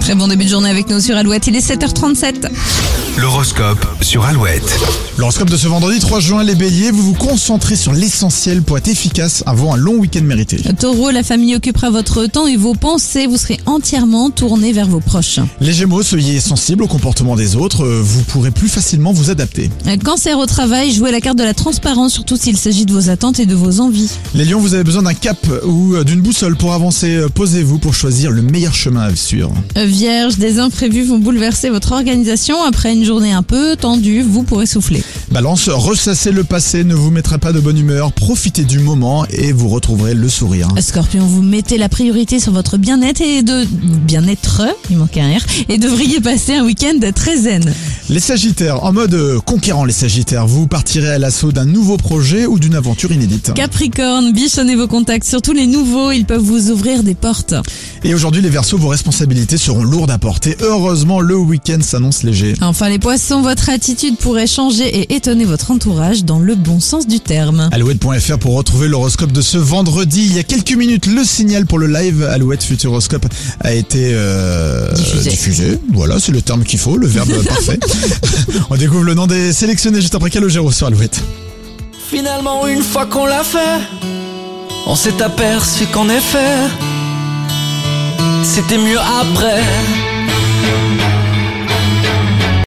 Très bon début de journée avec nous sur Alouette. Il est 7h37. L'horoscope sur Alouette. L'horoscope de ce vendredi 3 juin, les béliers, vous vous concentrez sur l'essentiel pour être efficace avant un long week-end mérité. Taureau, la famille occupera votre temps et vos pensées. Vous serez entièrement tourné vers vos proches. Les gémeaux, soyez sensibles au comportement des autres, euh, vous pourrez plus facilement vous adapter. Un Cancer au travail, jouez la carte de la transparence, surtout s'il s'agit de vos attentes et de vos envies. Les lions, vous avez besoin d'un cap ou euh, d'une boussole pour avancer, Euh, posez-vous pour choisir le meilleur chemin à suivre. Vierge, des imprévus vont bouleverser votre organisation. Après une journée un peu tendue, vous pourrez souffler. Balance, ressassez le passé ne vous mettra pas de bonne humeur, profitez du moment et vous retrouverez le sourire. Scorpion, vous mettez la priorité sur votre bien-être et de bien-être, il manque un R, et devriez passer un week-end très zen. Les sagittaires, en mode euh, conquérant les sagittaires, vous partirez à l'assaut d'un nouveau projet ou d'une aventure inédite. Capricorne, bichonnez vos contacts, surtout les nouveaux, ils peuvent vous ouvrir des portes. Et aujourd'hui, les Verseaux, vos responsabilités seront lourdes à porter. Heureusement, le week-end s'annonce léger. Enfin les poissons, votre attitude pourrait changer et étonner votre entourage dans le bon sens du terme. Alouette.fr pour retrouver l'horoscope de ce vendredi. Il y a quelques minutes, le signal pour le live Alouette Futuroscope a été euh, Diffusé. Voilà, c'est le terme qu'il faut, le verbe parfait. On découvre le nom des sélectionnés juste après Calogero sur Alouette. Finalement, une fois qu'on l'a fait, on s'est aperçu qu'en effet, c'était mieux après.